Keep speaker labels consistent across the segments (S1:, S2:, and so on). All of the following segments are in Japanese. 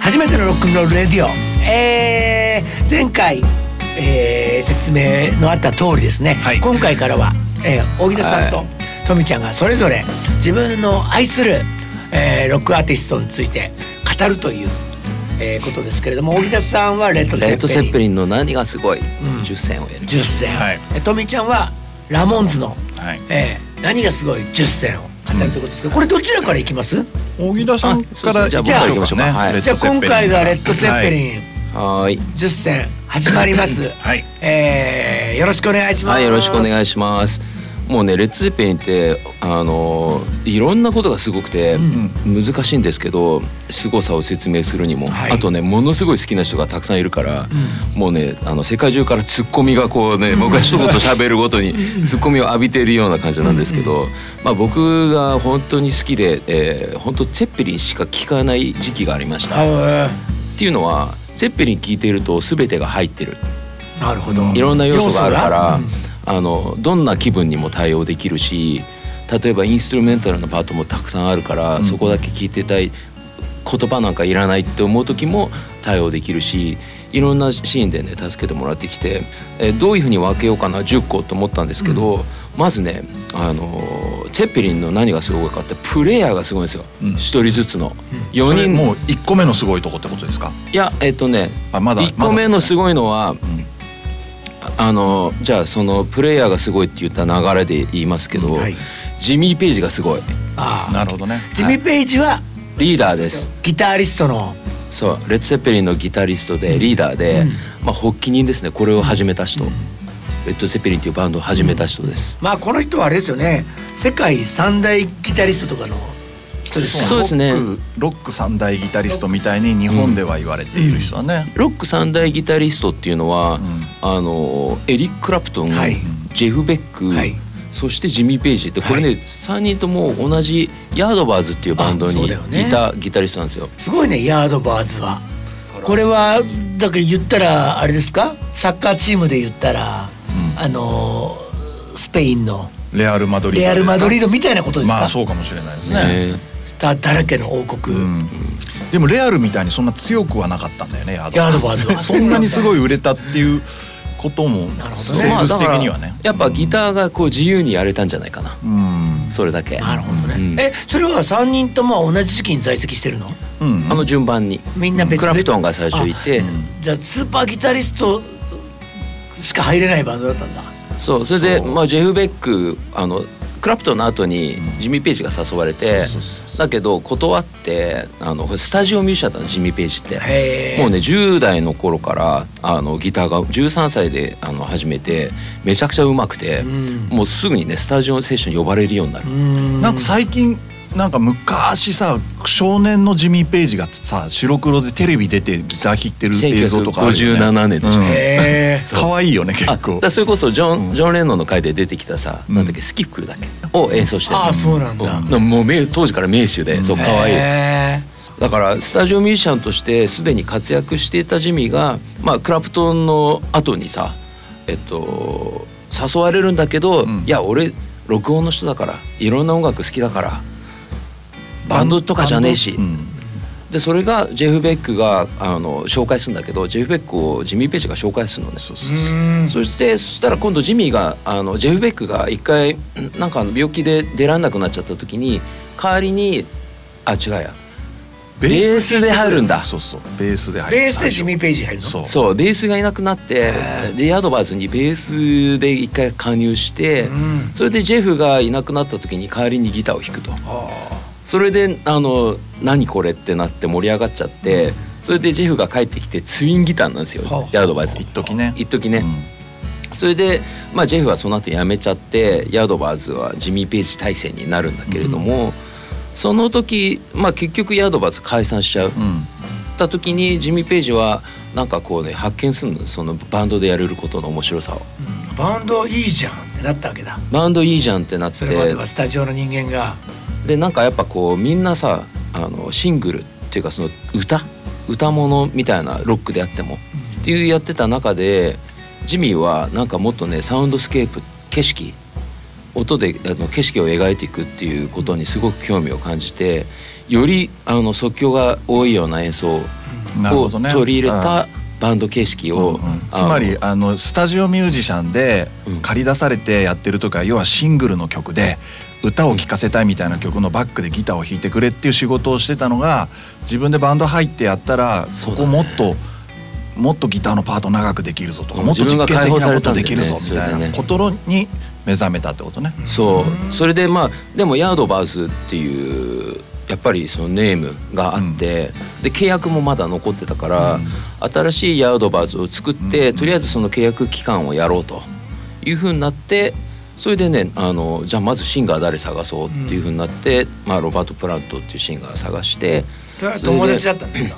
S1: 初めてのロックンロールレディオ、えー、前回、えー、説明のあった通りですね、
S2: はい
S1: 今回からは、えー、大木田さんと
S2: は
S1: とみちゃんがそれぞれ自分の愛する、えー、ロックアーティストについて語るという、えー、ことですけれども大木田さんはレッド・
S3: レッド・
S1: ゼ
S3: セ
S1: ッ
S3: ッ
S1: ペ
S3: ペ
S1: リン
S3: リンの何がすごい、
S1: ん
S3: 10選をやる
S1: 10選、
S2: はい
S1: えとみちゃんはラモンズの、
S2: はい
S1: えー、何がすごい10選を語るということですけど、これどちらからいきます
S2: 大木田さんから
S3: あそうそう
S1: じゃあ
S2: 行きましょう
S3: じゃあ
S2: かねレッ
S3: 僕
S2: ド
S1: じ
S2: セ
S1: ゃあ
S2: ッペリン
S1: 今回がレッド・セッペ
S2: はい
S1: リン、
S3: はーい
S1: 10戦始まります、
S2: はい
S1: えー、よろしくお願いします
S3: はいよろしくお願い
S1: し
S3: しますもうねレッド・セッペリンってあのーいろんなことがすごくて、難しいんですけど凄さを説明するにも、
S1: はい
S3: あとねものすごい好きな人がたくさんいるから、もうねあの世界中からツッコミがこうね僕が一言喋るごとにツッコミを浴びているような感じなんですけど、まあ、僕が本当に好きで、えー、本当セッペリンしか聞かない時期がありました。っていうのはゼッペリン聞いていると全てが入ってる
S1: なるほど
S3: いろんな要素があるから、
S1: 要素
S3: あのどんな気分にも対応できるし例えばインストゥルメンタルのパートもたくさんあるから、そこだけ聞いてたい言葉なんかいらないって思う時も対応できるしいろんなシーンでね助けてもらってきて、えーどういうふうに分けようかな10個と思ったんですけど、まずねあのーゼッペリンの何がすごいかってプレイヤーがすごいんですよ、
S2: うん
S3: 一人ずつの4
S2: それ
S3: 人
S2: もう一個目のすごいとこってことですか
S3: いやえっ、とね
S2: あまだ
S3: 1個目のす
S2: ごい
S3: ごいのは、あのじゃあそのプレイヤーがすごいって言った流れで言いますけど、
S1: はい
S3: ジミー・ペイジがすごい
S1: あ
S2: なるほどね
S1: ージミー・ペイジは
S3: リーダーです
S1: ギタリストの
S3: そうレッド・セッペリンのギタリストでリーダーで、
S1: うん
S3: まあ、発起人ですねこれを始めた人、レッド・セッペリンっていうバンドを始めた人です、
S1: まあこの人はあれですよね世界三大ギタリストとかの人です
S3: そうですね
S2: ロックロック三大ギタリストみたいに日本では言われている人はね、
S3: ロック三大ギタリストっていうのは、
S2: ん
S3: あのエリック・クラプトン、
S1: はい
S3: ジェフ・ベック、
S1: はい
S3: そしてジミー・ペイジってこれね、
S1: は
S3: 3人とも同じヤードバーズっていうバンド
S1: あそ
S3: に
S1: うだよね
S3: いたギタリストなんですよ。
S1: すごいねヤードバーズはこれはだから言ったらあれですかサッカーチームで言ったら、あのースペインの
S2: レアル・マドリード
S1: レアル・マドリードみたいなこと
S2: ド
S1: ですか、
S2: まあそうかもしれないですね
S3: ね
S1: スターだらけの王国、
S2: うんでもレアルみたいにそんな強くはなかったんだよねヤー
S1: ヤードバーズは
S2: そんなにすごい売れたっていうことも
S1: なるほど
S2: セ
S1: ね
S2: ー
S3: まあ
S2: ブス
S3: だ
S2: 的
S3: から
S2: にはね
S3: やっぱギターがこう自由にやれたんじゃないかな
S2: うん
S3: それだけ
S1: なるほどね、
S3: うん
S1: えそれは三人とも同じ時期に在籍してるの
S2: うん
S3: あの順番に
S1: みんな別々
S3: クラプトンが最初いて
S1: じゃあスーパーギタリストしか入れないバンドだったんだ
S3: そうそれで
S2: そう
S3: まあジェフ・ベックあのクラプトンの後にジミー・ペイジが誘われて
S2: そうそう
S3: だけど断ってあのこれスタジオミュージシャンだったのジミー・ペイジって
S1: へえ
S3: もうね10代の頃からあのギターが13歳であの始めてめちゃくちゃうまくて
S1: ん
S3: もうすぐにねスタジオセッションに呼ばれるようになる
S1: うん
S2: なんか最近なんか昔さ少年のジミー・ペイジがさ白黒でテレビ出てギター弾いてる映像とかあるよね
S3: 1957年でしょ
S1: へえ
S3: そう
S2: 可愛いよね結
S3: あだか
S2: 構
S3: らそれこそジョン、
S2: うん
S3: ジョン・レノンの回で出てきたさ、
S2: うん
S3: なんだっけスキップルだっけを演奏してる
S1: ああそうなんだ、
S3: うんもう名当時から名手で、そう可愛い
S1: へ
S3: だからスタジオミュージシャンとしてすでに活躍していたジミーが、まあ、クラプトンの後にさ、えっと、誘われるんだけど、
S2: ん
S3: いや俺録音の人だからいろんな音楽好きだからバンドとかじゃねえし、
S2: うん
S3: でそれがジェフ・ベックがあの紹介するんだけどジェフ・ベックをジミー・ペイジが紹介するのね。
S2: そう
S1: え
S2: そう
S1: うん
S3: そしてそしたら今度ジミーがあのジェフ・ベックが一回んなんかあの病気で出らんなくなっちゃった時に代わりにあ違うやベースで入るんだ
S2: そうそうベースで入る
S1: ベースでジミー・ペイジ入るの
S2: そう
S3: そうベースがいなくなってでヤードバーズにベースで一回加入して
S1: ん
S3: それでジェフがいなくなった時に代わりにギターを弾くと
S1: あ
S3: それであの何これってなって盛り上がっちゃってそれでジェフが帰ってきてツインギターなんですよ
S1: はあ
S3: ヤードバーズ
S2: 一時ね
S3: 一時ね、それで、まあ、ジェフはその後辞めちゃってヤードバーズはジミー・ペイジ体制になるんだけれども、その時、まあ、結局ヤードバーズ解散しちゃう、
S2: うんうん
S3: った時にジミー・ペイジはなんかこうね発見するのそのバンドでやれることの面白さを。
S1: ーバンドいいじゃんってなったわけだ
S3: バンドいいじゃんってなっ
S1: そ
S3: て
S1: れまではスタジオの人間が
S3: でなんかやっぱこうみんなさあのシングルっていうかその歌歌物みたいなロックであってもっていうやってた中でジミーはなんかもっとねサウンドスケープ景色音であの景色を描いていくっていうことにすごく興味を感じてよりあの即興が多いような演奏を
S2: なる
S3: を
S2: ほどね
S3: 取り入れ
S2: う
S3: たバンド形式を、
S2: うん
S3: あ
S2: つ
S3: の
S2: まりあのスタジオミュージシャンで
S3: うん
S2: 借り出されてやってるとか、要はシングルの曲で歌を聴かせたいみたいな曲のバックでギターを弾いてくれっていう仕事をしてたのが自分でバンド入ってやったらそ
S3: そ
S2: う
S3: だ
S2: こ
S3: ね
S2: もっともっとギターのパート長くできるぞとか
S3: うん
S2: もっと実験的
S3: 自分が解放
S2: な
S3: さ
S2: こ
S3: れた
S2: と
S3: んだ
S2: でき
S3: よね
S2: るぞみた
S3: それで
S2: い
S3: ね
S2: なことに目覚めたってことね。
S3: そうそれでまあでもヤードバーズっていうやっぱりそのネームがあって、で契約もまだ残ってたから、新しいヤードバーズを作って、とりあえずその契約期間をやろうというふうになってそれでねあのじゃあまずシンガー誰探そうっていうふうになって、まあ、ロバート・プラントっていうシンガー探して
S1: た友達だったんですか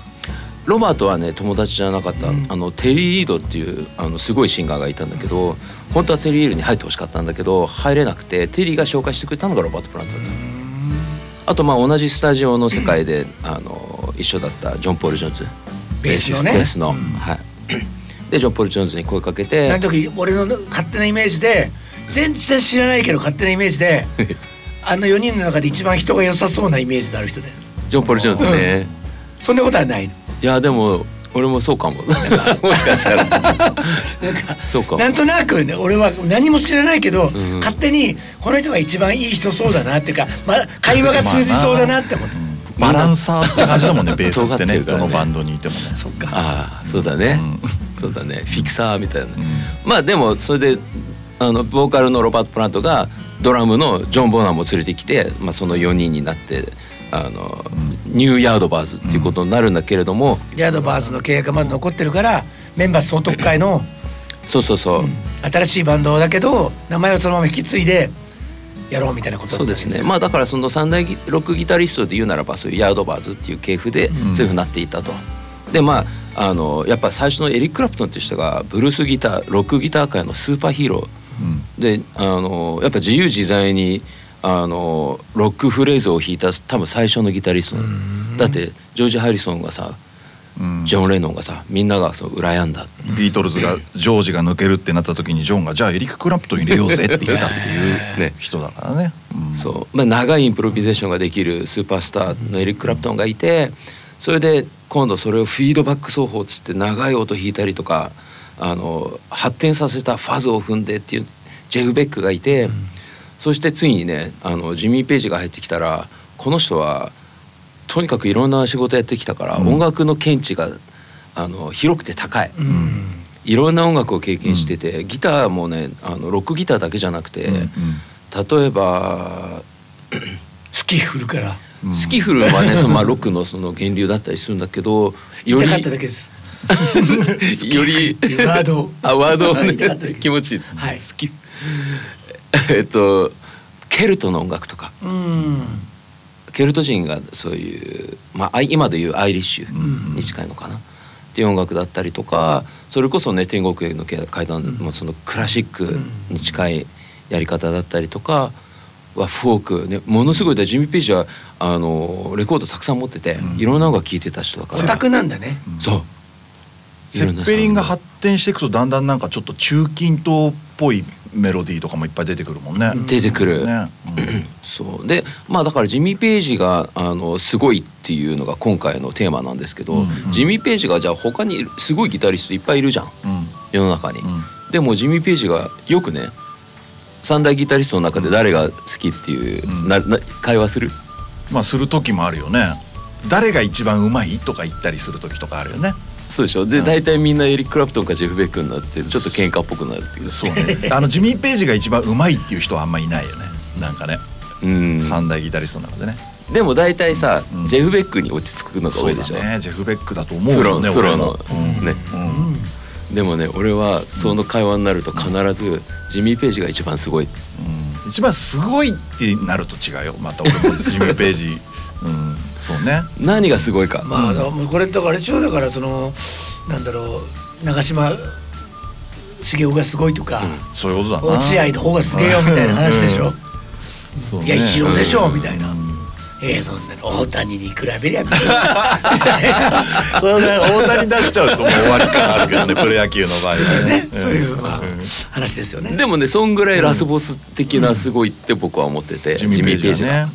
S3: ロバートはね友達じゃなかった、あのテリー・リードっていうあのすごいシンガーがいたんだけど本当はテリー・リードに入ってほしかったんだけど入れなくてテリーが紹介してくれたのがロバート・プラントだった、あとまあ同じスタジオの世界で、あの一緒だったジョン・ポール・ジョーンズ
S1: ベースのね
S3: ベースの、はいでジョン・ポール・ジョーンズに声かけ
S1: なん
S3: て
S1: と時俺の勝手なイメージで全然知らないけど勝手なイメージ であの4人の中で一番人が良さそうなイメージのある人で
S3: ジョン・ポール・ジョーンズね、
S1: そんなことはないの
S3: いやでも俺もそうかも もしかしたらそうかも
S1: なんとなくね俺は何も知らないけど、
S3: ん
S1: 勝手にこの人が一番いい人そうだなっていうか、まあ、会話が通じそうだなって 思って
S2: バランサーって感じだもんねベースって
S3: 尖って
S2: ね
S3: る
S2: ど
S3: からね
S2: のバンドにいてもね。
S1: そっか
S3: ああそうだね、そうだねフィクサーみたいな、まあでもそれであのボーカルのロバート・プラントがドラムのジョン・ボーナーも連れてきて、まあ、その4人になってあの、ニューヤードバーズっていうことになるんだけれども、
S1: ヤードバーズの契約がまだ残ってるからメンバー総督会の
S3: そうそうそう、
S1: 新しいバンドだけど名前をそのまま引き継いでやろうみたいなこと
S3: そうですねまあだからその三大ギロックギタリストで言うならばそういうヤードバーズっていう系譜でそういうふうになっていたと。でまああのやっぱ最初のエリック・クラプトンっていう人がブルースギターロックギター界のスーパーヒーローであのやっぱ自由自在にあのロックフレーズを弾いた多分最初のギタリストなのだってジョージ・ハリソンがさ
S2: うん
S3: ジョン・レノンがさみんながそう羨んだ
S2: ビートルズがジョージが抜けるってなった時にジョンがじゃあエリック・クラプトン入れようぜって言ったっていう
S3: ね
S2: 人だからね。うん
S3: そうまあ、長いインプロビゼーションができるスーパースターのエリック・クラプトンがいてそれで今度それをフィードバック奏法っつって長い音弾いたりとかあの発展させたファズを踏んでっていうジェフ・ベックがいて、そしてついにねあのジミー・ページが入ってきたらこの人はとにかくいろんな仕事やってきたから、音楽の見地があの広くて高い。
S1: うん
S3: いろんな音楽を経験してて、ギターもねあのロックギターだけじゃなくて、例えば
S1: スキー振るから
S3: スキフルはねそのまあ ロックのその源流だったりするんだけど
S1: 言
S3: よ
S1: い
S3: り
S1: たかっただけです
S3: より
S1: っていうワードを
S3: あワードを
S1: 言いたかっただ
S3: ね
S1: け
S3: 気持ちいい、
S1: はい
S3: スキえっとケルトの音楽とか
S1: うん
S3: ケルト人がそういう、まあ、アイ今でいうアイリッシュに近いのかな、っていう音楽だったりとかそれこそね天国への階段もそのクラシックに近いやり方だったりとかはフォーク、ね、ものすごいだジミー・ページはあのレコードたくさん持ってて、いろんな音楽聴いてた人だか
S1: オ
S3: ら
S1: タクなんだね
S3: そう
S2: セッペリンが発展していくとだんだんなんかちょっと中近東っぽいメロディーとかもいっぱい出てくるもんね。
S3: 出てくる、
S2: ね、
S3: そうでまあだからジミー・ページがあのすごいっていうのが今回のテーマなんですけど、ジミー・ページがじゃあ他にすごいギタリストいっぱいいるじゃん
S2: うんうん
S3: 世の中に、
S2: ん
S3: でもジミー・ページがよくね三大ギタリストの中で誰が好きっていう、
S2: うん
S3: なな会話する
S2: まあする時もあるよね。誰が一番うまいとか言ったりする時とかあるよね。
S3: そうでしょで大体みんなエリック・クラプトンかジェフ・ベックになってちょっと喧嘩っぽくなるっていう
S2: そう ね。あのジミー・ページが一番うまいっていう人はあんまいないよね。なんかね、
S3: うん
S2: 三大ギタリストの中でね。
S3: でも大体さ、
S2: うん
S3: ジェフ・ベックに落ち着くのが
S2: そ
S3: 多
S2: う
S3: い
S2: だ
S3: でしょ
S2: ね。ジェフ・ベックだと思う
S3: プロ
S2: よね。
S3: のプロ
S2: 俺
S3: の
S2: も、
S3: ね、
S2: うん
S3: でもね俺はその会話になると必ずジミー・ページが一番すごい
S2: 一番すごいってなると違うよまた俺もジムペー ジ、うん、そうね
S3: 何がすごいか、
S1: まあ、もうこれだからあれでしょだからそのなんだろう長嶋茂雄がすごいとか、
S2: そういうことだな
S1: 落合の方がすげえよみたいな話でしょ、
S2: そうね
S1: いや一郎でしょ、
S2: うん
S1: みたいな、ええそんなの大谷に比べりゃみ
S2: それをね大谷出しちゃうともう終わり感あるけ どねプロ野球の場合 は
S1: たいな
S2: ね
S1: ねそういう、まあ、話ですよね
S3: でもねそんぐらいラスボス的なすごいって僕は思ってて、
S2: ジミー・ページ
S3: が
S2: ね。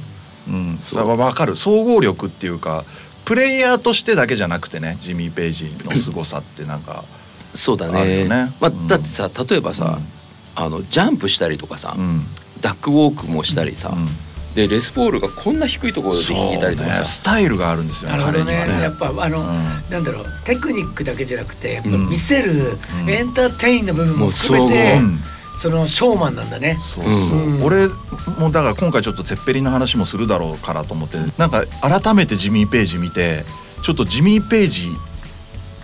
S2: うん、それはわかる総合力っていうかプレイヤーとしてだけじゃなくてねジミー・ペイジの凄さってなんか
S3: そうだ
S2: ある
S3: ね
S2: よね
S3: まあ
S2: うん
S3: だってさ例えばさ、あのジャンプしたりとかさ、
S2: うん
S3: ダックウォークもしたりさ、
S2: うん
S3: でレスポールがこんな低いところで弾いたりとか
S2: そうね
S3: さ
S2: スタイルがあるんですよ
S1: な
S2: ね
S1: るほ
S2: 彼
S1: ど
S2: には
S1: ね
S2: ね
S1: やっぱあの、
S2: うん
S1: なんだろうテクニックだけじゃなくてやっぱ
S2: うん
S1: 見せる、
S2: うん
S1: エンターテインの部分も含め
S3: も
S1: て
S3: う
S2: う
S3: そ
S2: ん
S1: そのショーマンなんだね
S2: そうそう、
S1: うん
S2: 俺もだから今回ちょっとゼッペリンの話もするだろうからと思ってなんか改めてジミー・ペイジ見てちょっとジミー・ペイジ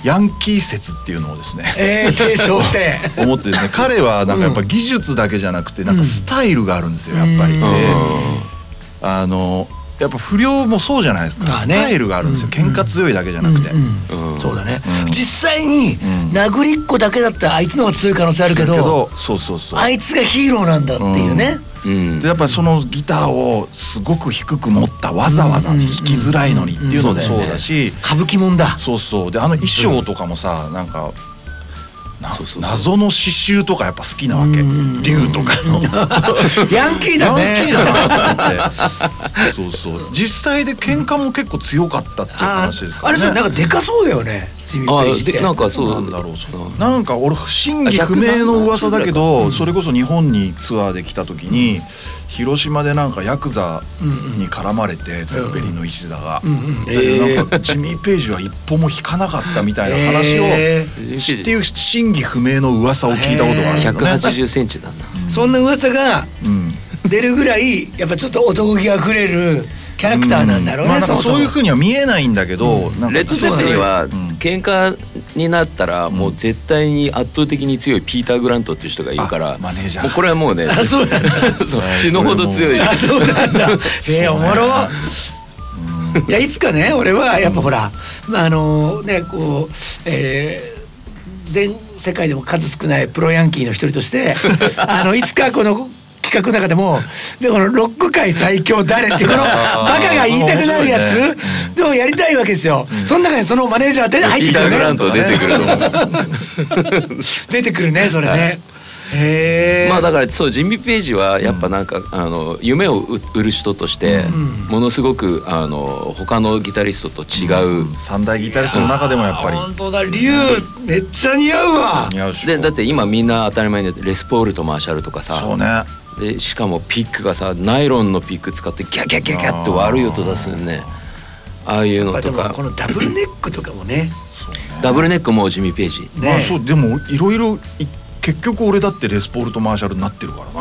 S2: ヤンキー説っていうのをですね
S1: えー、継承して
S2: 思ってですね彼はなんかやっぱ技術だけじゃなくてなんかスタイルがあるんですよやっぱり。
S1: うん
S2: で
S3: うん
S2: あのやっぱ不良もそうじゃないですか、
S1: まあ
S2: ス
S1: ね
S2: タイルがあるんですよ、
S1: うん
S2: 喧嘩強いだけじゃなくて。
S1: うんうん
S3: うん
S1: そうだね、
S2: うん
S1: 実際に
S2: ん
S1: 殴りっ子だけだったらあいつの方が強い可能性あるけど
S2: そうそうそう
S1: あいつがヒーローなんだっていうね、
S3: うん
S2: でやっぱりそのギターをすごく低く持ったわざわざ弾きづらいのにっていうのも
S3: うんうんうん
S2: そうだし、
S1: 歌舞伎もん だ
S2: そうそうであの衣装とかもさなんかな
S3: そうそうそう
S2: 謎の刺繍とかやっぱ好きなわけ
S1: うん
S2: 竜とかの。
S1: ヤンキーだね
S2: ヤンキーだなと思って そうそう実際で喧嘩も結構強かったっていう
S1: あ
S2: 話です
S1: ー
S2: か
S1: あ
S2: ら
S1: れ
S2: ね。
S1: さなんかでかそうだよねジミー・
S3: あ
S1: ペイジって
S3: でなんかそう
S2: なんだろうそ
S3: ん
S2: うなんか俺真偽不明の噂だけどそれこそ日本にツアーで来た時に広島でなんかヤクザに絡まれてゼッペリンの石田が。
S1: うんうん
S2: だけどなんかジミー・ページは一歩も引かなかったみたいな話
S1: え
S2: を知っていう真偽不明の噂を聞いたことがあるんだよね。
S3: 180センチだな。
S1: そんな噂が
S2: うん
S1: 出るぐらいやっぱちょっと男気あふれるキャラクターなんだろうね、
S2: まあなんか
S1: もも
S2: そういうふうには見えないんだけど、なんか
S3: レッド・ゼッペリンは
S2: うん
S3: 喧嘩になったらもう絶対に圧倒的に強いピーター・グラントっていう人がいるから
S2: あマネージャー
S3: もうこれはもうね
S1: あ そうなんだ
S3: そう死ぬほど強い
S1: あそうなんだえー、おもろ
S2: うん
S1: いやいつかね俺はやっぱほら、まああのねこう、えー全世界でも数少ないプロヤンキーの一人として あのいつかこの企画の中でもでこのロック界最強誰ってこのバカが言いたくなるや
S2: 面白いね
S1: つをやりたいわけですよ。その中にそのマネージャーで入って
S3: ピ
S1: き
S3: ー
S1: た
S3: ター・グラ
S1: ね
S3: ント出てくると思う
S1: 出てくるねそれね。
S3: は
S1: へえ。
S3: まあだからそうジミー・ページはやっぱなんか、あの夢を売売る人として
S1: ん
S3: ものすごくあの他のギタリストと違う、
S2: 三大ギタリストの中でもやっぱり
S1: あ本当だ竜めっちゃ似合うわ。
S2: 似合うでしょ
S3: でだって今みんな当たり前にレスポールとマーシャルとかさ
S2: そうね
S3: でしかもピックがさナイロンのピック使ってギャギャギャギャって悪い音出すよねああいう
S1: ま
S3: の
S1: あで
S3: と
S1: も
S3: か
S1: このダブルネックとかもね。
S3: ダブルネックもジミー・ページ
S1: ね
S2: まあそうでもいろいろい結局俺だってレスポールとマーシャルになってるからな、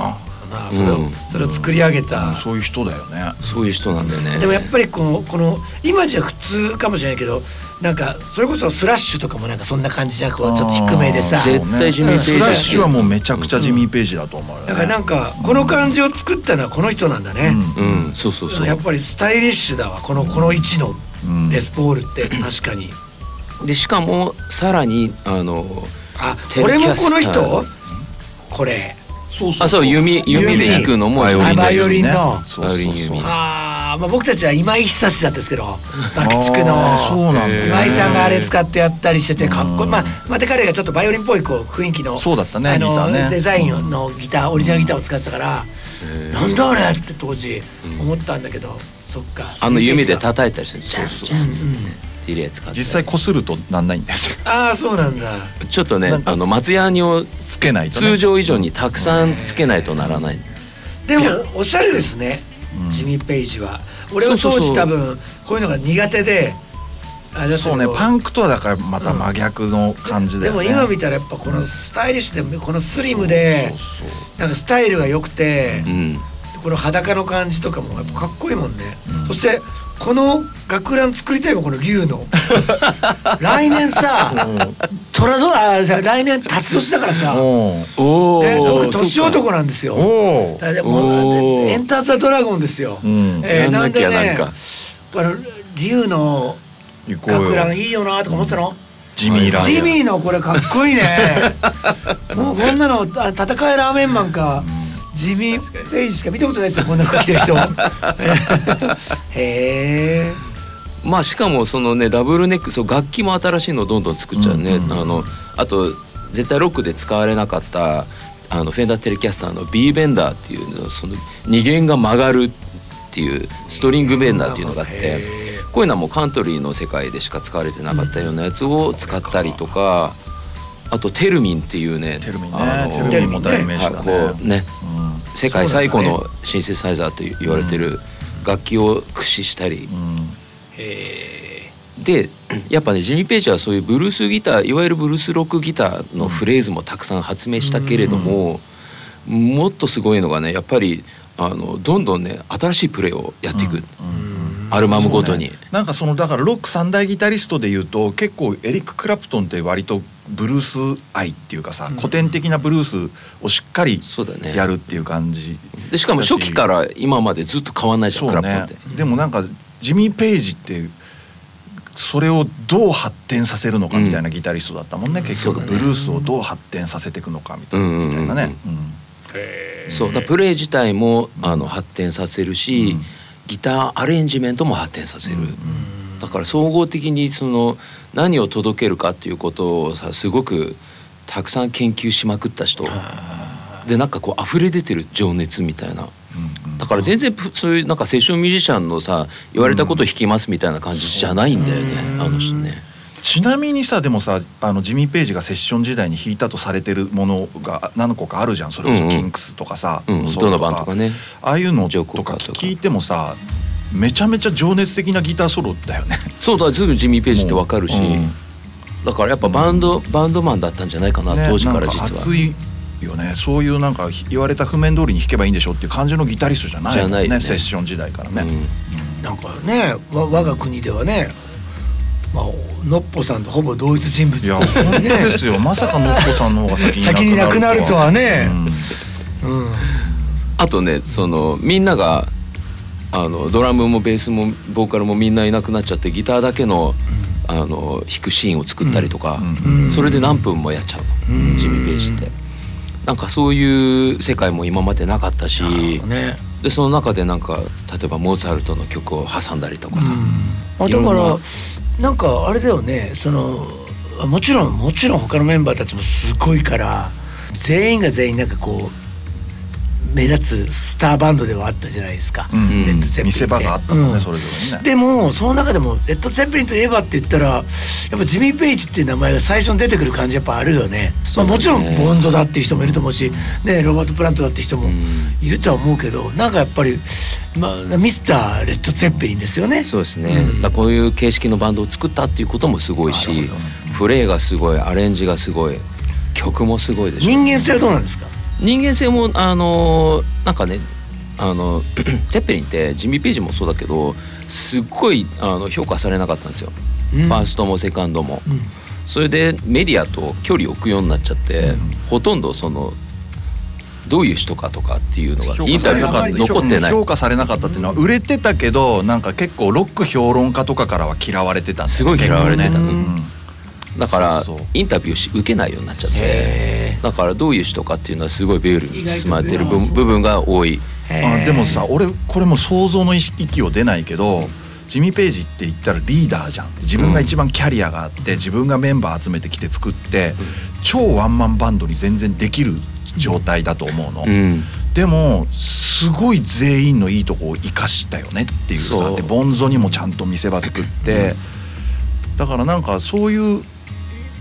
S1: まあそれを、
S3: うん
S1: それを作り上げた。
S2: うんそういう人だよね
S3: そういう人なんだよね
S1: でもやっぱりこのこの今じゃ普通かもしれないけどなんかそれこそスラッシュとかもなんかそんな感じじゃなくちょっと低めでさ
S2: あーそうね
S3: 絶対ジミーページ
S2: スラッシュはもうめちゃくちゃジミー・ページだと思うよ、ね
S1: だからなんかこの感じを作ったのはこの人なんだね、
S3: うんそうそうそ
S1: やっ
S3: う
S1: ぱりスタイリッシュだわこのこの位置の
S2: うん
S1: レスポールって確かに、
S3: でしかもさらにあの
S1: あ
S3: テ
S1: これ
S3: レキ
S1: も
S3: ャスタ
S1: こ
S3: ー
S1: の人これ
S2: そうそう
S3: あそう弓弓で弾くのも
S2: バイオリン
S1: バイオリンの
S2: そうそうそう
S3: バイオリン弓
S1: あー、まあ僕たちは今井久志だったんですけど爆竹
S2: あーそう
S1: の
S2: なんだよね
S1: 今井さんがあれ使ってやったりしててかっこいい、
S2: うん
S1: まあ、また彼がちょっとバイオリンっぽいこう雰囲気の
S2: そうだったね
S1: あの
S2: ギターね
S1: デザインのギターオリジナルギターを使ってたから、なんだあれって当時思ったんだけど、そっか
S3: あの弓で叩いたりしてジャン
S2: そう
S3: ジャンっつってねっていうやつ買って
S2: 実際こするとなんないんだよね
S1: ああそうなんだ
S3: ちょっとね
S2: なんか
S3: あの松ヤニを
S2: つけないと、ね、
S3: 通常以上にたくさんつけないとならない
S1: でもおしゃれですね、ジミー・ペイジは俺は
S3: そう
S1: 当
S3: そう
S1: 時
S3: そう
S1: 多分こういうのが苦手であれだったけ
S2: そ
S1: ど
S2: うねパンクとはだからまた真逆の感じだ
S1: で
S2: よ
S1: も
S2: ね、
S1: 今見たらやっぱこのスタイリッシュでこのスリムで
S2: そうそう
S1: なんかスタイルが良くて
S3: うん
S1: この裸の感じとかもやっぱかっこいいもんね、そしてこの学ラン作りたいもんこの竜 の来年さ虎年あじゃあ来年辰年だからさ、ね、
S2: お
S3: お
S1: 僕年男なんですよ
S2: お
S1: だからもう
S3: おー
S1: エンターサードラゴンですよ、
S2: うん
S1: えー
S3: やんなきゃ
S1: で
S3: なんか
S1: この竜の
S2: 行こう
S1: 学ラン
S2: よ
S1: いいよなとか思ってたの、
S2: ジミーラン
S1: ジミーのこれかっこいい ねもうこんなのあ戦いラーメンマンかジミー・ペイジしか見たことないですよこんな服着てる 人へえ
S3: まあしかもそのねダブルネックそう楽器も新しいのをどんどん作っちゃうね、
S2: うんうんうん
S3: あのあと絶対ロックで使われなかったあのフェンダーテレキャスターの B ベンダーっていうのその二弦が曲がるっていうストリングベンダーっていうのがあってこういうのはもうカントリーの世界でしか使われてなかったようなやつを使ったりとか、あとテルミンっていうね
S2: テルミンね
S3: あの
S2: テルミンも代名詞だね
S3: はいこうね
S2: うん
S3: 世界最古のシンセサイザーと言われてる楽器を駆使したり、
S2: うん
S1: え
S3: でやっぱねジミー・ペイジはそういうブルースギターいわゆるブルースロックギターのフレーズもたくさん発明したけれども、もっとすごいのがねやっぱりあのどんどんね新しいプレーをやっていく、アルバムごとに。
S2: そうねなんかそのだからロック三大ギタリストでいうと結構エリック・クラプトンって割とブルース愛っていうかさ、古典的なブルースをしっかり
S3: そうだね
S2: やるっていう感じ、
S3: でしかも初期から今までずっと変わんないじゃん、
S2: そう
S3: ク
S2: ね
S3: ラップって。
S2: でもなんかジミー・ペイジってそれをどう発展させるのかみたいなギタリストだったもんね、
S1: うん
S2: 結
S3: そ
S2: 局
S3: うだ
S2: ブ
S3: ね
S2: ルースをどう発展させていくのかみたい
S3: うんうんうんうん
S2: なね。うん
S1: え
S3: そうだからプレイ自体もあの発展させるし、
S2: うん
S3: ギターアレンジメントも発展させる、だから総合的にその何を届けるかっていうことをさすごくたくさん研究しまくった人でなんかこう溢れ出てる情熱みたいな
S2: うん
S3: だから全然ぷそういうなんかセッションミュージシャンのさ言われたことを弾きますみたいな感じじゃないんだよね、あの人ね。
S2: ちなみにさでもさあのジミー・ペイジがセッション時代に弾いたとされてるものが何個かあるじゃんそれこ
S3: うんう
S2: そ
S3: ん
S2: キンクスとかさ、
S3: うん
S2: ソウル
S3: ドノバンとかね
S2: ああいうの
S3: ジョ
S2: と
S3: ーコー
S2: か
S3: カーとか
S2: 聞いてもさめちゃめちゃ情熱的なギターソロだよね。
S3: そうだすぐジミー・ペイジってわかるし、
S2: うん
S3: だからやっぱバンド、バンドマンだったんじゃないかな、
S2: ね
S3: 当時から
S2: なん
S3: 実は。
S2: 熱いよねそういうなんか言われた譜面通りに弾けばいいんでしょっていう感じのギタリストじゃないもん
S3: じゃないよ
S2: ね
S3: ね
S2: セッション時代から
S3: う
S2: ね。
S3: ん
S1: ーなんかねわ我が国ではねまあのっぽさんとほぼ同一人物
S2: いや
S1: という
S2: 本
S1: か
S2: 当
S1: ね
S2: ですよ、まさかノッポさんの方が先に
S1: 先に亡くなるとはね
S2: う
S1: う
S2: ん
S1: ん
S3: あとねそのみんながあのドラムもベースもボーカルもみんないなくなっちゃってギターだけのあの弾くシーンを作ったりとか、
S1: うん
S3: それで何分もやっちゃう、ジミー・ペイジって。なんかそういう世界も今までなかったし、
S1: ね
S3: でその中でなんか例えばモーツァルトの曲を挟んだりとかさ、
S1: あ
S3: い
S1: だ
S3: ろん
S1: か
S3: な
S1: らなんかあれだよねそのあもちろんもちろん他のメンバーたちもすごいから全員が全員なんかこう目立つスターバンドではあったじゃないですか、
S2: うん
S1: レッドゼッペリンって
S2: 見せ場があったもんね、
S1: うん
S2: それぞれね。
S1: でもその中でもレッド・ゼッペリンといえばって言ったらやっぱジミー・ペイジっていう名前が最初に出てくる感じやっぱあるよね
S3: そう
S1: ま
S3: だ
S1: あ、
S3: ね
S1: もちろんボンゾだっていう人もいると思うし、ね、ロバート・プラントだって人もいるとは思うけど、なんかやっぱり、まあ、ミスター・レッド・ゼッペリンですよね。
S3: そうですね、だからこういう形式のバンドを作ったっていうこともすごいし、プレイがすごいアレンジがすごい曲もすごいでしょ
S1: 人間性はどうなんですか
S3: 人間性もあのーなんかねあの ゼッペリンってジミー・ペイジもそうだけどすっごいあの評価されなかったんですよ、
S1: うん
S3: ファーストもセカンドも、それでメディアと距離を置くようになっちゃって、ほとんどそのどういう人かとかっていうのがインタビューが残ってない
S2: 評価されなかったっていうのは売れてたけどなんか結構ロック評論家とかからは嫌われてたんだよね
S3: すごい嫌われてた
S2: 結構
S3: う
S2: ね
S3: んだから
S2: そうそう
S3: インタビューし受けないようになっちゃって
S1: へ
S3: だからどういう人かっていうのはすごいベールに包まれてる
S1: 意
S3: 部
S1: 外と
S3: 部分が多い。
S2: あでもさ俺これも想像の域を出ないけどジミー・ペイジって言ったらリーダーじゃん自分が一番キャリアがあって自分がメンバー集めてきて作って超ワンマンバンドに全然できる状態だと思うの、
S3: うん
S2: でもすごい全員のいいとこを生かしたよねっていうさ
S3: そう
S2: でボンゾにもちゃんと見せ場作ってだからなんかそういう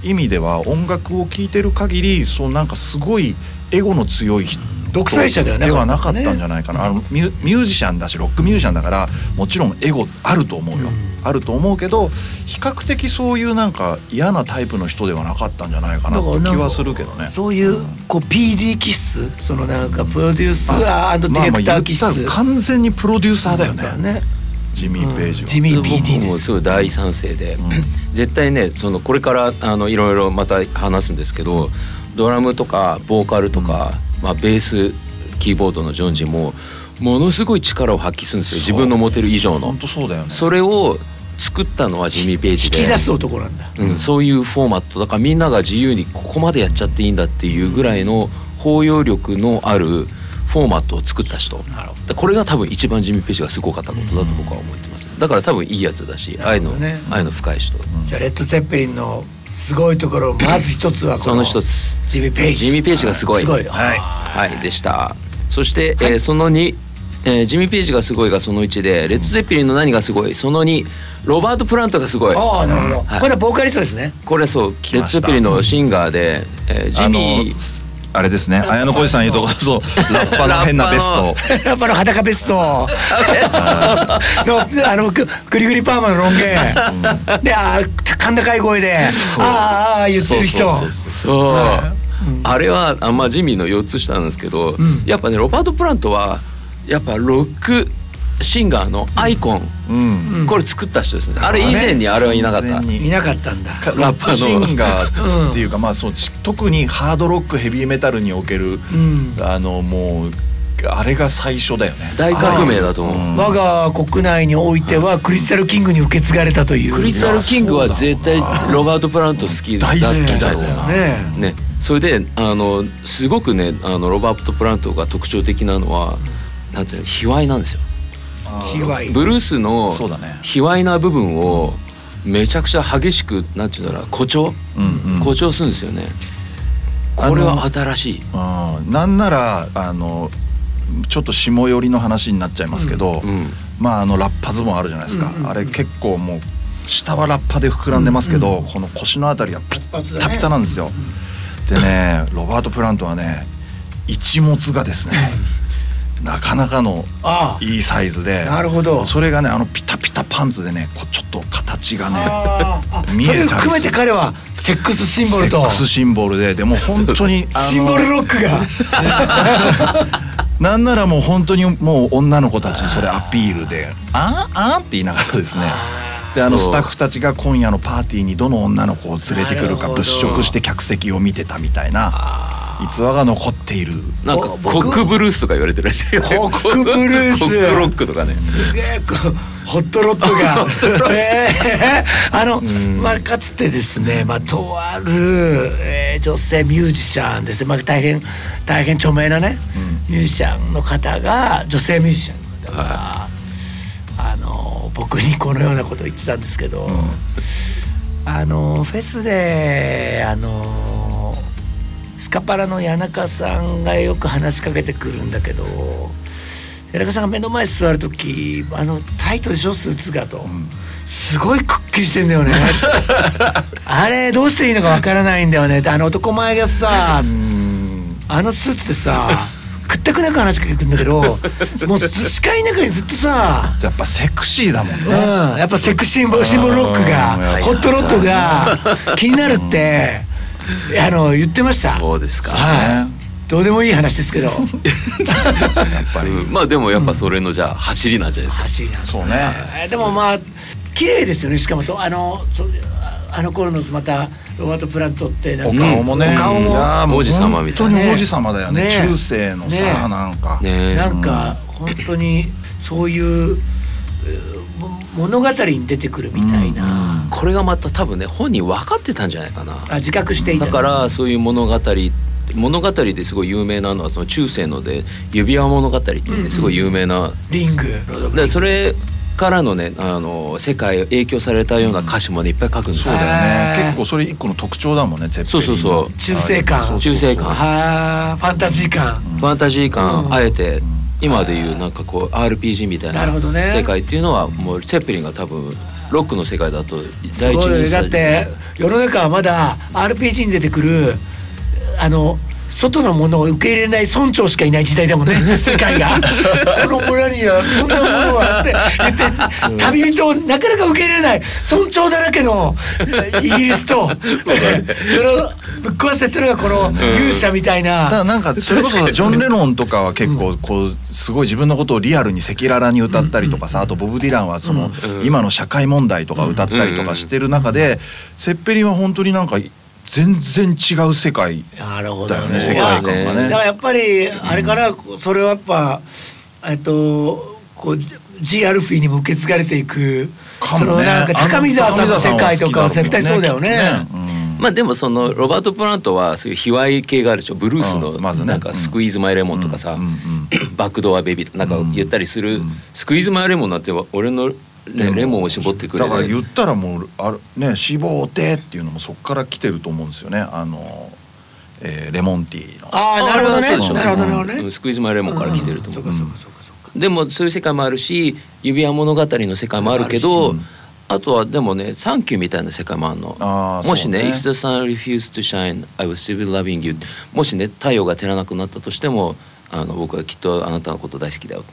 S2: 意味では音楽を聴いてる限りそうなんかすごいエゴの強い人
S1: 独裁者ではな
S2: で
S1: か
S2: は
S1: った
S2: なかったんじゃないかなあのミュミュージシャンだしロックミュージシャンだからもちろんエゴあると思うよ、あると思うけど比較的そういうなんか嫌なタイプの人ではなかったんじゃないかなって気はするけどね。
S1: そういうこう PD 気質そのなんかプロデューサーディレクター気質
S2: まあまあ言ったら完全にプロデューサーだよね、ジミー・ペイジは、
S1: ジミー
S3: 僕
S1: PD で
S3: もす
S1: す
S3: ごい大賛成で、絶対ねそのこれからあのいろいろまた話すんですけどドラムとかボーカルとか、まあ、ベースキーボードのジョンジもものすごい力を発揮するんですよ
S2: そう
S3: 自分の持てる以上の
S2: 本。当そうだよね
S3: それを作ったのはジミー・ペイジ
S1: 引
S3: で
S1: き出す男なんだ
S3: うん、そういうフォーマットだからみんなが自由にここまでやっちゃっていいんだっていうぐらいの包容力のあるフォーマットを作った人
S1: るほ
S3: これが多分一番ジミー・ペイジがすごかったことだと僕は思ってますだから多分いいやつだし愛の
S1: ほどね
S3: 愛の深い人
S1: じゃあレッド・ゼッペリンのすごいところまず一つはこ
S3: その一つ
S1: ジミー・ペイジ
S3: ジミー・ペイジがすごい
S1: すごい
S3: はい、はい、でしたそして、えーその2えージミー・ページがすごいがその1でレッド・ゼッペリンの何がすごいその2ロバート・プラントがすごい
S1: ああなるほど、
S3: はい
S1: これはボーカリストですね
S3: これそう
S2: 来
S3: レッ
S2: ま
S3: ド・
S2: した
S3: ゼッペリンのシンガーで、えージ
S2: あの
S3: ミー
S2: あれですね綾野浩二さん言うとこそうラッパの変なベスト
S1: やっぱの裸ベス トのあのくくりぐりパーマのロン毛、であー甲高い声で「あーあーあー」言ってる人
S2: そうそうそう
S3: そう、あれはあまあジミーの4つ下なんですけど、
S1: ん
S3: やっぱねロバート・プラントはやっぱロックシンガーのアイコン、
S2: うん
S1: うん
S3: これ作った人ですねあれ以前にあれはいなかった、
S2: 完全に
S1: 見なかったんだ
S2: か
S3: ラ
S2: ラ
S3: ッ
S2: ッパ
S3: パーの
S2: シンガーっていうか、まあそうし特にハードロックヘビーメタルにおける、
S1: うん
S2: あのもうあれが最初だよね。
S3: 大革命だと思う、
S2: うん
S1: 我が国内においてはクリスタルキングに受け継がれたという
S3: クリスタル・キングは絶対ロバート・プラント好きだった
S2: 大好きだよ
S1: ね
S2: な
S1: え
S3: ね、それであのすごくねあのロバート・プラントが特徴的なのはなんていうの卑猥なんですよ
S1: 卑猥
S3: ブルースの
S2: そうだね
S3: 卑猥な部分をめちゃくちゃ激しくなんていうんだろう誇張、
S2: うんうん
S3: 誇張するんですよねこれは新しい
S2: うんなんならあのちょっと下寄りの話になっちゃいますけど、
S3: うん
S2: まああのラッパズボンあるじゃないですか、あれ結構もう下はラッパで膨らんでますけど、この腰のあたりがピッタピタなんですよ。でねロバート・プラントはね一物がですねなかなかの
S1: あ
S2: いいサイズで
S1: なるほど
S2: それがねあのピタピタパンツでねこうちょっと形がね
S1: ああ
S2: 見え
S1: それ
S2: たりする
S1: を含めて彼はセックスシンボル
S2: セッ
S1: と
S2: クスシンボルででも本当にあの
S1: シンボルロックが
S2: なんならもう本当にもう女の子たちにそれアピールで「あーあー」って言いながらですねであの
S3: そう
S2: スタッフたちが今夜のパーティーにどの女の子を連れてくる
S1: なる
S2: か
S1: ほど
S2: 物色して客席を見てたみたいな逸話が残っている
S3: なんかコックブルースとか言われてるらしいよね
S1: コックブルース
S3: コックロックとかね
S1: すげえこうホットロッドがええあの、まあ、かつてですね、まあ、とある、えー女性ミュージシャンですね、まあ、大変大変著名なね、ミュージシャンの方が女性ミュージシャンの方が、あの僕にこのようなことを言ってたんですけど、あのフェスであのスカパラの谷中さんがよく話しかけてくるんだけど谷中さんが目の前に座る時「あのタイトでしょスーツが」と。すごいくっきりしてんだ よねあれどうしていいのかわからないんだよねってあの男前がさあのスーツでさくったくなく話しかけてんだけどもう視界の中にずっとさ
S2: やっぱセクシーだもん
S1: うん、
S2: ね。
S1: やっぱセクシーボシンボルロックが
S2: うん
S1: ホットロットが気になるってあの言ってました
S3: そうですか
S1: は
S2: ね
S1: い、どうでもいい話ですけど
S2: やっぱり
S3: うんまあでもやっぱそれのじゃあ走りなんじゃないですか
S1: 走りなんです
S2: そうね
S1: えーでもまあ綺麗ですよねしかもとあのそあの頃のまたロバート・プラントってなん
S2: お
S1: か
S2: 顔もね
S1: お顔も
S2: いやーもう
S3: 王子様みたい
S1: な
S2: 本当に王子様だよね
S1: ね
S2: 中世のさ、
S1: ね
S2: なんか、
S3: ね
S1: なんか本当にそういううも物語に出てくるみたいな、
S3: これがまた多分ね本人分かってたんじゃないかな
S1: あ自覚していた
S3: だからそういう物語物語ですごい有名なのはその中世ので指輪物語っていうねすごい有名な、
S1: リング
S3: でそれからのねあの世界を影響されたような歌詞もねいっぱい書くんです
S2: そう
S3: よ
S2: だよね
S1: へー
S2: 結構それ一個の特徴だもんね絶
S3: そうそうそう
S1: 中世感
S3: 中世感
S1: はあファンタジー感
S3: ファンタジー感、
S1: うん
S3: あえて今でいうなんかこう RPG みたい
S1: なる
S3: な
S1: ほどね
S3: 世界っていうのはもうセッペリンが多分ロックの世界だと
S1: す
S3: 第一
S1: ごい
S3: に
S1: ねだって世の中はまだ RPG に出てくるあの外のものを受け入れない村長しかいない時代だ もんね世界がこの村にはそんなものはって言って旅人をなかなか受け入れない村長だらけ のイギリスと それをぶっ壊してってるのがこの勇者みたい
S2: だか
S1: な。
S2: らなんかそれこそジョン・レノンとかは結構こうすごい自分のことをリアルに赤裸々に歌ったりとかさあとボブ・ディランはその今の社会問題とか歌ったりとかしてる中でセッペリンは本当になんか全然違う世界
S1: なるほ
S2: だよね世界観
S3: い
S2: が
S3: や
S1: だから
S2: ね。
S1: やっぱりあれからそれはやっぱえっとこう G アルフィーにも受け継がれていく、
S2: か
S1: そ
S2: も
S1: の
S2: ね
S1: なんか高見沢さんの世界とかは絶対そうだよね。
S3: まあでもそのロバート・プラントはそういう卑猥系があるでしょブルース
S2: う
S3: の
S2: んまずね
S3: なんか「スクイーズ・マイ・レモン」とかさ
S2: うんうんうん
S3: 「バックドア・ベイビー」とかなんか言ったりする「スクイーズ・マイ・レモン」なんて俺のねレモンを絞ってくれ
S2: だから
S3: る
S2: 言ったらもうあれね絞ってっていうのもそこから来てると思うんですよねあの、えーレモンティーの。
S1: ああなるほどね。
S3: あれはそうでしょ
S1: なるほどなるほどね。
S3: うんスクイーズ・マイ・レモンから来てると
S1: そう
S3: 思う
S1: かそうかそうかそうか。
S3: でもそういう世界もあるし指輪物語の世界もあるけど
S2: あ
S3: あ,、
S2: るしうん
S3: とはでもね「サンキュー」みたいな世界もあるの
S2: あー
S3: もしね
S2: そうね
S3: 「If the sun refused to shine I will still be loving you」もしね太陽が照らなくなったとしてもあの僕はきっとあなたのこと大好きだよ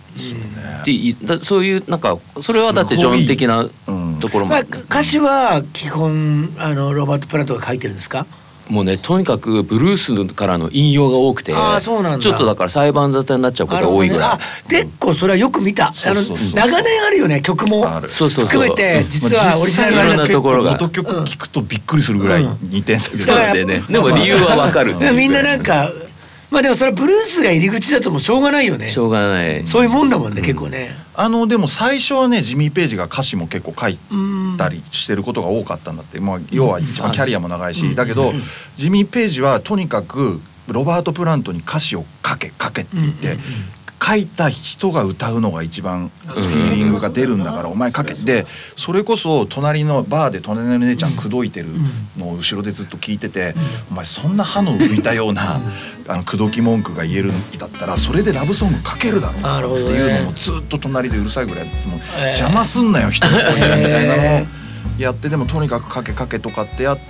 S3: っていだそういうなんかそれはだってジョン的な
S2: うん
S3: ところも
S1: ま
S3: あ
S1: あ、
S3: るね、
S1: 歌詞は基本あのロバート・プラントが書いてるんですか
S3: もうねとにかくブルースからの引用が多くて
S1: あーそうなんだ
S3: ちょっとだから裁判沙汰になっちゃうことが多いぐ
S1: な
S3: ら
S1: るほどねあ結構それはよく見た、あの
S2: そうそうそう
S1: 長年あるよね曲も
S2: ある
S3: い。そうそうそう
S1: 含めて実はオリジナル
S3: いろん
S1: が
S3: な
S1: あ
S3: ところが
S2: 元曲聞くとびっくりするぐらい似てんだけ
S1: そ
S2: ど、
S1: う
S3: なんでねでも理由はわかるっていう
S1: るみんななんかまあでもそれはブルースが入り口だともうしょうがないよね
S3: しょうがない
S1: そういうもんだもんね、結構ね
S2: あのでも最初はねジミー・ペイジが歌詞も結構書い
S1: うん
S2: たりしてることが多かったんだって、まあ、要は一番キャリアも長いし、
S1: うん
S2: だけど、ジミー・ペイジはとにかくロバート・プラントに歌詞を書け書けって言って、
S1: うんうんうん
S2: 書いた人が歌うのが一番フィーリングが出るんだからお前書けでそれこそ隣のバーで隣の姉ちゃん口説いてるのを後ろでずっと聞いててお前そんな歯の浮いたようなあの口説き文句が言えるんだったらそれでラブソング書けるだろ
S1: なるほ
S2: って
S1: どね
S2: いうのもずっと隣でうるさいぐらいもう
S1: えー
S2: 邪魔すんなよ人の声みたいなのを
S1: え
S2: やってでもとにかく書け書けとかってやって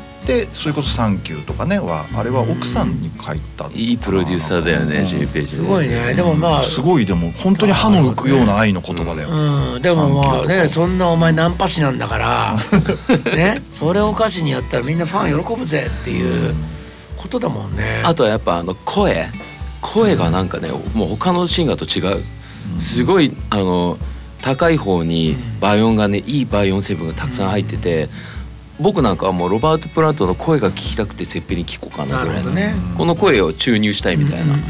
S2: それこそ「サンキュー」とかねはあれは奥さんに書いた
S3: いいプロデューサーだよ
S2: う
S3: ね
S2: ん
S3: ジミー・ペイジ
S1: すごいねでもまあ
S2: すごいでも本当に歯の浮くような愛の言葉だよ、
S1: うん、でもまあ
S2: サンキューと
S1: ね
S2: か
S1: そんなお前ナンパ師なんだ からねそれを歌詞にやったらみんなファン喜ぶぜっていうことだもんね。
S3: あとはやっぱあの声声がなんかね、もう他のシンガーと違うすごいあの高い方に倍音がねいい倍音成分がたくさん入ってて、僕なんかはもうロバート・プラントの声が聞きたくてセッペリン聞こうか
S1: な
S3: なぐ
S1: る
S3: らい
S1: ほど
S3: の、
S1: ね。
S3: この声を注入したいみたいな、
S1: うんうんうん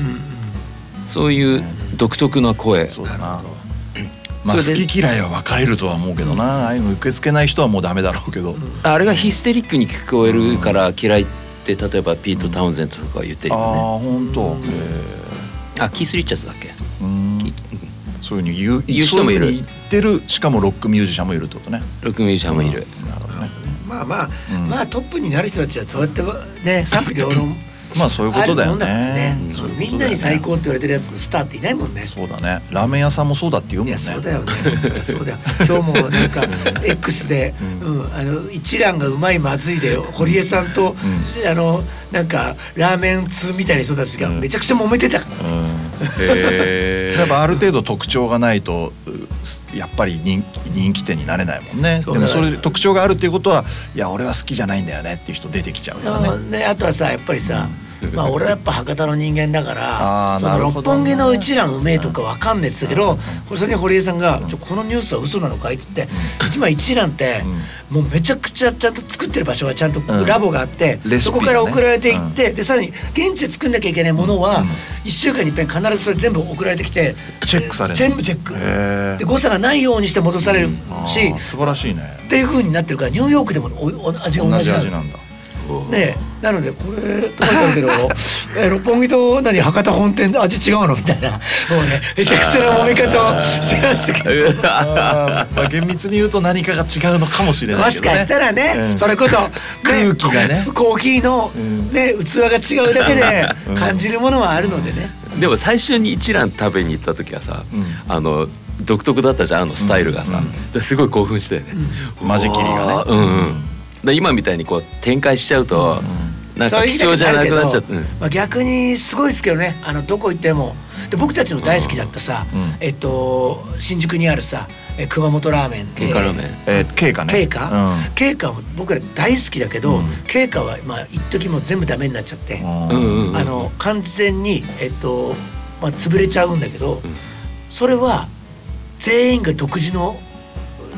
S3: そういう独特な声
S2: そうだなまあ
S3: それで
S2: 好き嫌いは分かれるとは思うけどなああいうの受け付けない人はもうダメだろうけど、
S3: あれがヒステリックに聞こえるから嫌いって例えばピート・タウンゼントとか言ってる
S2: ああ
S3: よね
S2: 本当、へ
S3: あキース・リッチャーズだっけ
S2: えうんそういうふうに言う
S3: 言う人もいる
S2: そういうふうに言ってるしかもロックミュージシャンもいるってことね
S3: ロックミュージシャンもいる、
S2: なるほどね
S1: まあまあ、
S2: うん
S1: まあトップになる人たちはそうやってね作業の
S2: まあそういうこ
S1: あ
S2: と
S1: る
S2: だよ
S1: もんだから
S2: ね
S1: ね
S2: そういうことだよね
S1: みんなに最高って言われてるやつのスターっていないもんね。
S2: そうだねラーメン屋さんもそうだって言う
S1: い
S2: もんね
S1: やそうだよね。そうだよ。今日もなんか X で、
S2: う
S1: うん、あの一蘭がうまいまずいで堀江さんと、あのなんかラーメン通みたいな人たちが
S2: うん
S1: めちゃくちゃ揉めてたから。
S2: うん
S3: へ
S2: やっぱある程度特徴がないとうやっぱり人気人気店になれないもんねで
S1: そうだ
S2: も
S1: ね
S2: それ特徴があるっていうことはいや俺は好きじゃないんだよねっていう人出てきちゃうか
S1: あ
S2: ら
S1: の
S2: ね
S1: ね、あとはさやっぱりさ、まあ俺はやっぱ博多の人間だか
S2: あー
S1: らそ
S2: な
S1: の
S2: るほ
S1: 六
S2: どね
S1: 本木の一蘭うめえとかわかんねえって言ってたけどそれに堀江さんが「ちょこのニュースは嘘なのかい?」って言って今一蘭ってもうめちゃくちゃちゃんと作ってる場所はちゃんと
S2: うん
S1: ラボがあって
S2: レシピがね
S1: そこから送られていってでさらに現地で作んなきゃいけないものは1週間に一遍必ずそれ全部送られてきて
S2: チェックされる
S1: 全部チェック
S2: へー
S1: で誤差がないようにして戻される
S2: あー
S1: し
S2: 素晴らしいね
S1: っていう風になってるからニューヨークでもおお味が
S2: 同
S1: 同じ
S2: じ
S1: なの
S2: 味なん
S1: ね
S2: だ
S1: えなのでこれとか言ってるけど え六本木と何博多本店で味違うのみたいなもうねめちゃくちゃな揉め方をしてましたけど。
S2: あーまあ厳密に言うと何かが違うのかもしれな
S1: も
S2: いけ
S1: し
S2: どね
S1: かしたらね、
S2: うん
S1: それこそ、ね、
S2: 空気がね
S1: ココーヒーの、
S2: ん
S1: ね器が違うだけで感じるものはあるのでね、
S3: でも最初に一蘭食べに行った時はさ、
S2: うん
S3: あの独特だったじゃんあのスタイルがさ、だからすごい興奮してね、う
S2: 間
S3: わー
S2: 仕切りがね
S3: うんうん、だから今みたいにこう展開しちゃうと、なん
S1: そう
S3: か
S1: いう
S3: 貴
S1: 日だ
S3: 重
S1: け
S3: じゃ
S1: あ
S3: な
S1: るけ
S3: く
S1: ど
S3: なっちゃって、うん
S1: まあ、逆にすごいですけどねあのどこ行ってもで僕たちの大好きだったさ、
S2: うん
S1: えっと新宿にあるさえ熊本ラーメンで
S3: 喧嘩ラーメン
S2: えー経過ね
S1: 経過、
S2: うん
S1: 経過も僕ら大好きだけど、
S2: うん
S1: 経過はまあ一時もう全部ダメになっちゃって、
S3: うん
S2: うん
S3: うんうん
S1: あの完全にえっとまあ潰れちゃうんだけど、それは全員が独自の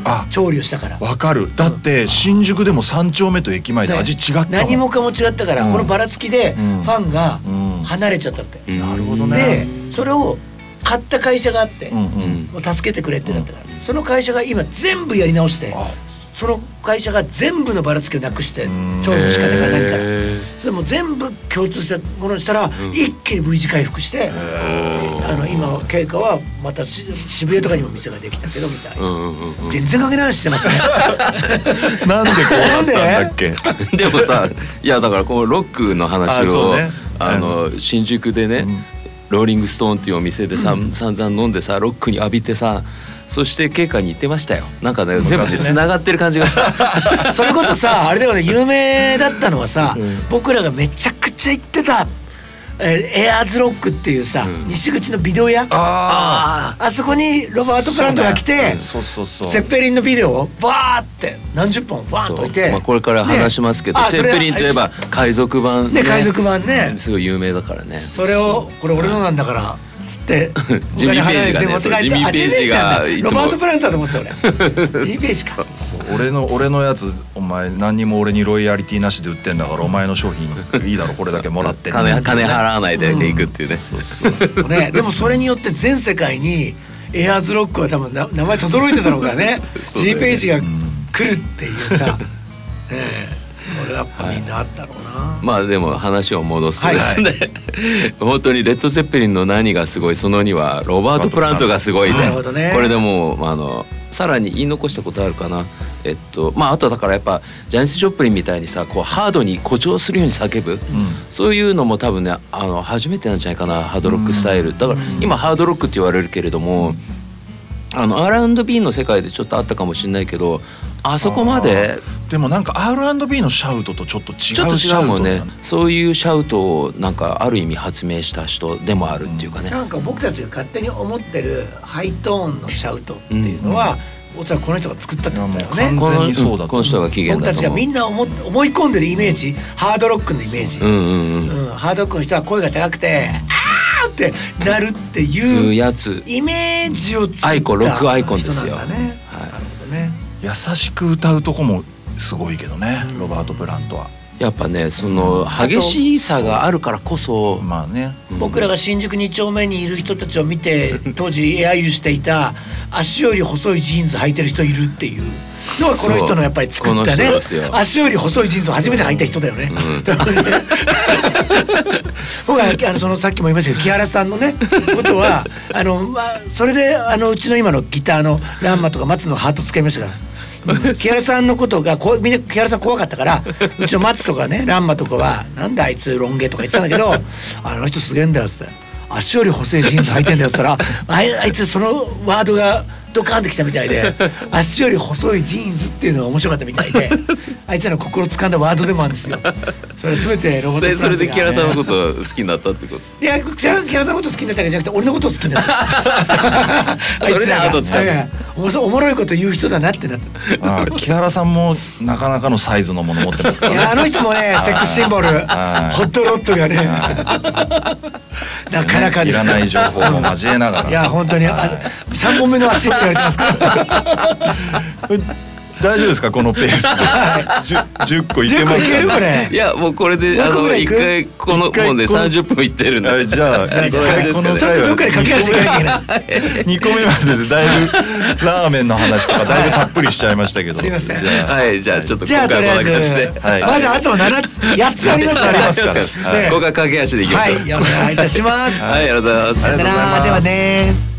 S2: あ
S1: 調理をしたから。
S2: わかるだって新宿でも三丁目と駅前で味違ったもん
S1: 何もかも違ったから、
S2: うん
S1: このばらつきでフ
S2: うん
S1: ァンが
S2: うん
S1: 離れちゃったって、
S2: なるほどね
S1: でそれを買った会社があって、
S2: うんうん
S3: うん
S1: もう助けてくれってなったから、その会社が今全部やり直して
S2: あ
S1: その会社が全部のばらつきをなくして
S2: ん
S1: 調理の仕方がないから、
S3: へ
S1: それもう全部共通したものにしたら、一気に V 字回復して、あの今経過はまたし渋谷とかにも店ができたけどみたい
S3: ーう
S1: な、
S3: んうんうんうん
S1: 全然関係ない話して ますね
S2: なんでこうなったんだ
S1: なん
S2: っけ
S3: でもさいやだからこのロックの話
S2: あそ
S3: を
S2: う
S3: あ、
S2: ね
S3: の新宿でね、ローリングストーンっていうお店でさ、ん、散々飲んでさロックに浴びてさそして経過に行ってましたよなんかね全部
S2: 昔ね
S3: つながってる感じが した。
S1: それこそさあれだよね有名だったのはさ、僕らがめちゃくちゃ行ってた、えーエアーズロックっていうさ、西口のビデオ屋
S2: あ
S1: あそこにロバート・プラントが来て、
S2: そうそうそう
S1: セッペリンのビデオをバーって何十本バーンと置いて、
S3: まあ、これから話しますけど、
S1: ねあ
S3: セッペリンといえば
S1: そ
S3: 海賊版
S1: ね海賊版ね
S3: すごい有名だからね
S1: それをこれ俺のなんだからつって
S3: ジミーページがね
S1: お金払えず持って帰って
S3: そうジミーページが
S1: あジミーページなんだ
S3: いつも
S1: ロバート・プラントだと思って た俺ジミーページか
S2: 俺の俺のやつお前何にも俺にロイヤリティなしで売ってんだからお前の商品いいだろこれだけもらって
S3: 金金払わないで行くっていうね、
S1: ねでもそれによって全世界にエアーズロックは多分な名前轟いてたろうからね
S3: そうだ
S1: G
S3: よね
S1: ページが来るっていう さ、ねえそれはやっぱみんなあったろうな、
S3: まあでも話を戻すと
S1: はい
S3: ですね、 本当にレッド・ゼッペリンの何がすごいその2はロバート・プラントがすごいね
S1: なるほどね
S3: これでもうあのさらに言い残したことあるかなえっとまああとはだからやっぱジャニス・ジョプリンみたいにさこうハードに誇張するように叫ぶ、そういうのも多分ねあの初めてなんじゃないかなハードロックスタイルだから今ハードロックって言われるけれどもあの R&B の世界でちょっとあったかもしれないけどあそこまで
S2: でもなんか R&B のシャウトとちょっと違うシ
S3: ちょっと
S2: ャ
S3: 違う
S2: ウ
S3: も
S2: ト
S3: ん
S2: だ
S3: ね
S2: よ
S3: そういうシャウトをなんかある意味発明した人でもあるっていうかね、
S1: なんか僕たちが勝手に思ってるハイトーンのシャウトっていうのは、おそらくこの人が作ったってことだよ
S2: いやもう
S1: ね
S2: 完
S3: こ
S2: 全
S3: の
S2: にそうだと思うん
S3: この人が起源
S1: 僕
S3: だ
S1: た
S3: と
S1: ちが
S3: 思う
S1: みんな思って思い込んでるイメージハードロックのイメージ、
S3: うんうんうん
S1: うんハードロックの人は声が高くて「あー!」ってなるって
S3: いう
S1: いう
S3: やつ
S1: イメージを作った
S3: アイコンロックアイコンですよ
S1: 人なんだね
S3: はい
S1: なるほどね
S2: 優しく歌うとこもすごいけどねロバート・プラントは
S3: やっぱねその激しさがあるからこそ
S2: まあね
S1: 僕らが新宿2丁目にいる人たちを見て 当時揶揄していた足より細いジーンズ履いてる人いるっていうのはこの人のやっぱり作ったね
S3: そうこの人ですよ
S1: 足より細いジーンズを初めて履いた人だよね。 僕はあのそのさっきも言いましたけど木原さんの ねことはあの、まあ、それであのうちの今のギターの「ランマ」とか「松」のハートつけましたから。 うん木原さんのことがこうみんな木原さん怖かったからうちの松とかねランマとかは「なんであいつロン毛」とか言ってたんだけど「あの人すげえんだよ」っつって「足より細いジーンズ履いてんだよ」っつったらあいあいつそのワードがドカンってきたみたいで「足より細いジーンズ」っていうのが面白かったみたいであいつらの心掴んだワードでもあるんですよ。それ全てロボッ
S3: そ
S1: ト
S3: れそれで木原さんの
S1: と
S3: こと好きになったってこと
S1: いや、木原木原さんのこと好きになったわけじゃなくて、俺のこと好きになった。あい
S3: それ
S1: つ
S3: で
S1: ら
S3: 後
S1: が
S3: をつかんだ
S1: うんおもろいおもろいこと言う人だなってなった。
S2: あー 木原さんもなかなかのサイズのもの持ってますか
S1: い
S2: らね
S1: や、あの人もね、セックスシンボル、ホ
S2: はい
S1: ットロットがね。 なかなかで
S2: い
S1: すよ。
S2: らない情報も交えながら
S1: いや、本当に、あ三本目の足って言われてますから。
S2: 大丈夫ですかこのペースで 10, 個いけ
S1: 十
S2: ま
S1: 個い
S2: す
S1: ける、これ
S3: い。やもうこれであ
S1: 何個ぐ
S3: の
S1: らい
S3: 一
S1: いく
S3: 回この
S2: 一回
S3: もうね
S2: この
S3: 30分いってるんだ
S2: はいじゃ あ
S1: じゃあ
S2: 一回
S1: ちょっとどっかで駆け足していかなきゃいけない。
S2: 2個目まででだいぶラーメンの話とかだいぶたっぷりしちゃいましたけど
S1: すいません
S2: じゃあ
S3: はいじゃあちょっと
S1: じゃ
S3: 今
S1: あ、と
S3: 回
S1: り
S3: は
S1: あ
S3: こ
S1: え
S3: んな感じで
S1: ず、
S3: は
S2: はい
S1: まだあと七、八つありますか ら。
S2: あり
S1: は
S2: ま
S1: い
S2: すから
S3: こ
S2: はい
S3: こが駆け足でいきましょう、
S1: はい、お願いいたします。
S3: はいありがとうございます
S2: ありがとうございます
S1: さよならではね。